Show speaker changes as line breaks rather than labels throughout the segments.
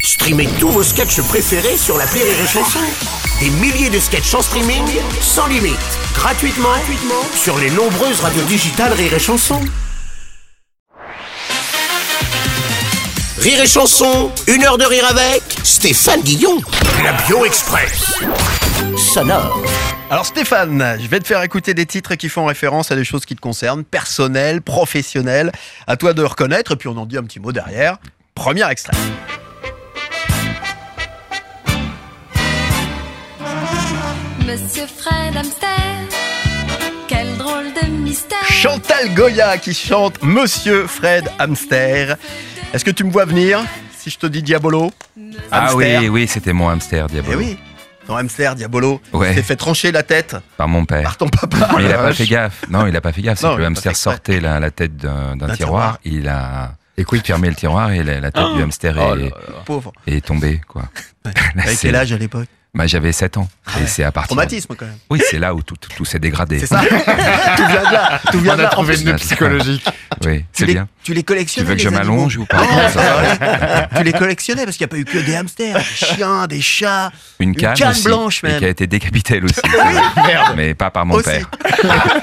Streamez tous vos sketchs préférés sur la Rire et Chanson. Des milliers de sketchs en streaming, sans limite, gratuitement, gratuitement sur les nombreuses radios digitales Rire et Chanson. Rire et Chanson, une heure de rire avec Stéphane Guillon. La Bio Express. Sonore.
Alors Stéphane, je vais te faire écouter des titres qui font référence à des choses qui te concernent, personnelles, professionnelles. À toi de reconnaître, et puis on en dit un petit mot derrière. Premier extrait.
Monsieur Fred Hamster, quel drôle de mystère.
Chantal Goya qui chante Monsieur Fred Hamster. Est-ce que tu me vois venir si je te dis Diabolo
Ah
Hamster.
oui, oui, c'était mon hamster,
Eh
Diabolo.
oui, ton hamster Diabolo,
Ouais.
il s'est fait trancher la tête
Par mon
par
père.
ton papa.
Mais il a pas fait gaffe. Non, il a pas fait gaffe. C'est
Non,
que le
il a pas fait
hamster
exprès.
sortait la, la tête d'un d'un
D'un tiroir.
tiroir. Il a fermé le tiroir et la, la tête du hamster
Oh là
est,
là. Pauvre.
est tombée. Quoi. Là,
Avec
c'est-
quel âge à l'époque
Bah, J'avais 7 ans. Et c'est à partir.
Traumatisme quand même.
Oui, c'est là où tout, tout, tout s'est dégradé.
C'est ça Tout vient de là. Tout vient
On
de
a
là. En
trouvé
plus,
une nœud psychologique.
Oui,
tu
c'est
les-
bien.
Tu les collectionnes
Tu veux que je m'allonge ou
Oh
pas
Ah tu les collectionnais parce qu'il n'y a pas eu que des hamsters, des chiens, des chats.
Une canne,
canne
aussi,
blanche,
et
même.
qui a été décapitée elle aussi. Mais pas par mon
Aussi.
père.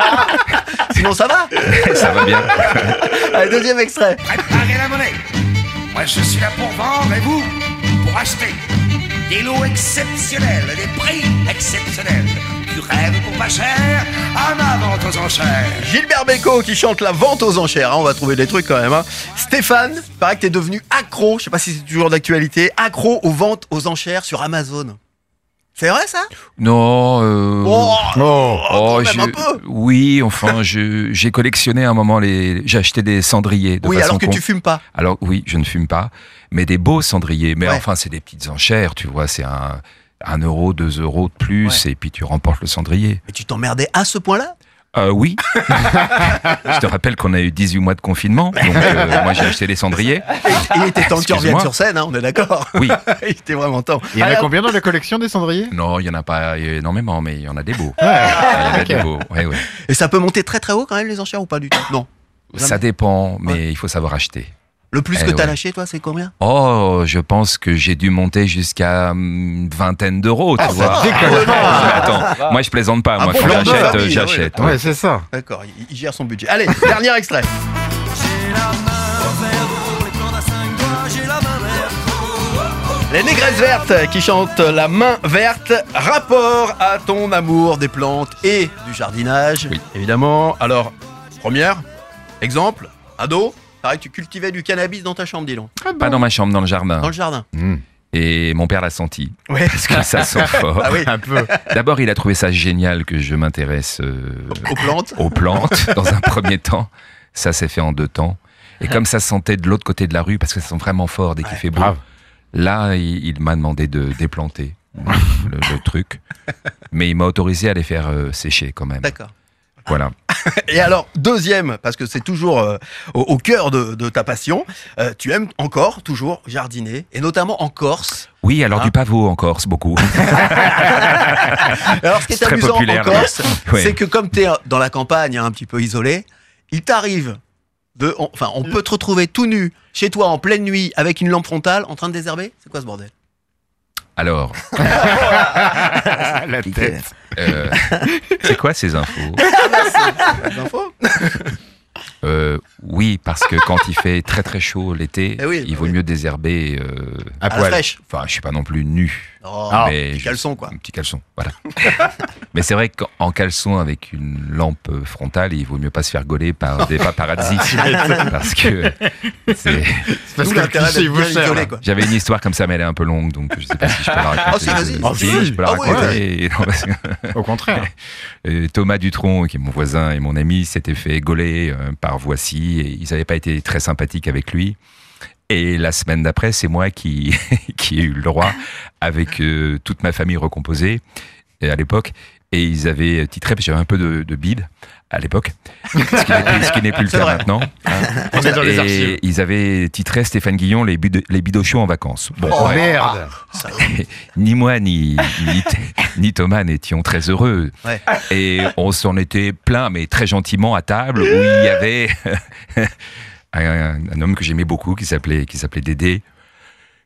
Sinon, ça va.
Ça va bien.
Allez, deuxième extrait.
Préparez la monnaie. Moi, je suis là pour vendre et vous, pour acheter. Des lots exceptionnels, des prix exceptionnels. Du rêve pour pas cher, à ma vente aux enchères.
Gilbert Bécaud qui chante la vente aux enchères. hein, on va trouver des trucs quand même. hein. Stéphane, il paraît que t'es devenu accro, je sais pas si c'est toujours d'actualité, accro aux ventes aux enchères sur Amazon. C'est vrai ça
Non. euh,
Oh.
quand même
je-
un peu.
oui, enfin, je- j'ai collectionné à un moment les. J'ai acheté des cendriers de
Oui,
façon
alors que
con-
tu fumes pas.
Alors oui, je ne fume pas, mais des beaux cendriers. Mais
Ouais.
enfin, c'est des petites enchères, tu vois. C'est un, un euro, deux euros de plus, et puis tu remportes le cendrier.
Mais tu t'emmerdais à ce point-là
Euh, oui. je te rappelle qu'on a eu 18 mois de confinement, donc euh, moi j'ai acheté des cendriers.
Il était temps que tu
Ah. Excuse-moi.
reviennes sur scène, hein, on est d'accord
Oui.
Il était vraiment temps.
Il y en a
Allez,
combien dans la collection des cendriers
Non, il y en a pas énormément, mais il y en a des beaux. Il y en a des beaux. ouais, ouais.
Et ça peut monter très très haut quand même les enchères ou pas du tout Non.
Ça dépend, mais il faut savoir acheter.
Le plus
Eh
que t'as
ouais.
lâché, toi, c'est combien
Oh, je pense que j'ai dû monter jusqu'à hum, vingtaine d'euros,
Ah,
tu vois. Mais attends, moi je plaisante pas, moi
bon,
quand
flambeur. hein.
j'achète,
Ah
euh,
oui,
j'achète.
Ouais, c'est ça.
D'accord, il, il gère son budget. Allez, dernier extrait. Les négresses vertes qui chantent la main verte, rapport à ton amour des plantes et du jardinage,
Oui.
évidemment. Alors, première, exemple, ado, pareil, tu cultivais du cannabis dans ta chambre, dis donc,
Pas dans ma chambre, dans le jardin.
dans le jardin.
Et mon père l'a senti.
Ouais.
Parce que ça sent fort.
Ah oui,
Un peu.
D'abord, il a trouvé ça génial que je m'intéresse euh,
aux plantes.
aux plantes dans un premier temps. Ça s'est fait en deux temps. Et comme ça sentait de l'autre côté de la rue, parce que ça sent vraiment fort dès qu'il fait beau,
grave.
là, il, il m'a demandé de déplanter le, le truc. Mais il m'a autorisé à les faire euh, sécher quand même.
D'accord.
Voilà.
Et alors, deuxième, parce que c'est toujours euh, au, au cœur de, de ta passion, euh, tu aimes encore, toujours, jardiner, et notamment en Corse.
Oui, alors
Hein
du pavot en Corse, beaucoup.
Ah,
Alors, ce qui est,
C'est très
amusant en
populaire,
hein.
Corse,
Ouais.
c'est que comme tu es dans la campagne, hein, un petit peu isolé, il t'arrive de. on- Enfin, on peut te retrouver tout nu, chez toi, en pleine nuit, avec une lampe frontale, en train de désherber C'est quoi ce bordel
Alors,
Ah, la tête.
euh, c'est quoi ces infos
Ah, Des infos
Euh, Oui, parce que quand il fait très très chaud l'été,
Eh oui,
il
bah
vaut
oui.
mieux désherber. euh,
À
À la
poil.
fraîche.
Enfin, je suis pas non plus nu.
Oh,
Ah,
mais
petit
je-
caleçon, quoi.
Un petit caleçon, voilà. mais c'est vrai qu'en caleçon avec une lampe frontale, il vaut mieux pas se faire gauler par des paparazzi.
Ah,
parce que c'est-
C'est parce
D'où
que le
l'intérêt
cliché,
d'être
il vous
bien
sert.
isolé, quoi.
j'avais une histoire comme ça, mais elle est un peu longue, donc je sais pas si je peux la raconter.
Ah, si, vas-y.
Ah, si.
je peux la
Ah, ouais,
raconter. Non, parce que-
Au contraire.
Euh, Thomas Dutronc, qui est mon voisin et mon ami, s'était fait gauler euh, par Voici. Et ils n'avaient pas été très sympathiques avec lui. Et la semaine d'après, c'est moi qui, qui ai eu le droit, avec euh, toute ma famille recomposée et à l'époque. Et ils avaient titré, parce que j'avais un peu de, de bide à l'époque, ce qui n'est plus- ce qui n'est plus le
C'est
cas
vrai.
maintenant. hein.
On est dans les
Et
archives.
ils avaient titré Stéphane Guillon, les, bido- les bidochons en vacances. Bon,
Oh
bref
merde.
ni moi ni, ni, ni Thomas n'étions très heureux.
Ouais.
Et on s'en était plein, mais très gentiment à table, où il y avait un, un homme que j'aimais beaucoup qui s'appelait qui s'appelait Dédé,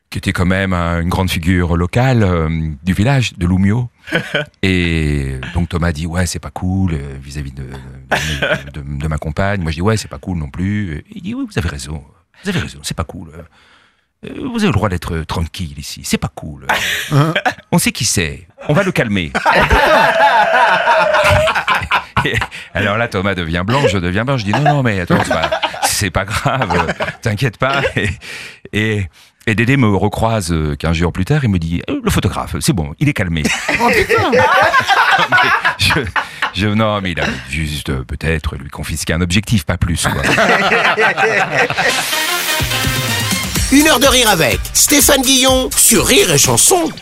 qui était quand même un- une grande figure locale euh, du village, de Lumio. Et donc Thomas dit ouais c'est pas cool euh, vis-à-vis de, de, de- de ma compagne. Moi je dis ouais c'est pas cool non plus. Et il dit oui vous avez raison, vous avez raison, c'est pas cool. Euh, Vous avez le droit d'être euh, tranquille ici, c'est pas cool. Euh, On sait qui c'est, on va le calmer. Oh, Et Alors là, Thomas devient blanc, je deviens blanc. Je dis non, non, mais attends, c'est pas- c'est pas grave, euh, t'inquiète pas. Et, et, et Dédé me recroise euh, 15 jours plus tard et me dit Euh, le photographe, c'est bon, il est calmé.
Oh,
je, je- non, mais il a juste euh, peut-être lui confisqué un objectif, pas plus. Quoi.
Une heure de rire avec Stéphane Guillon sur Rire et Chanson.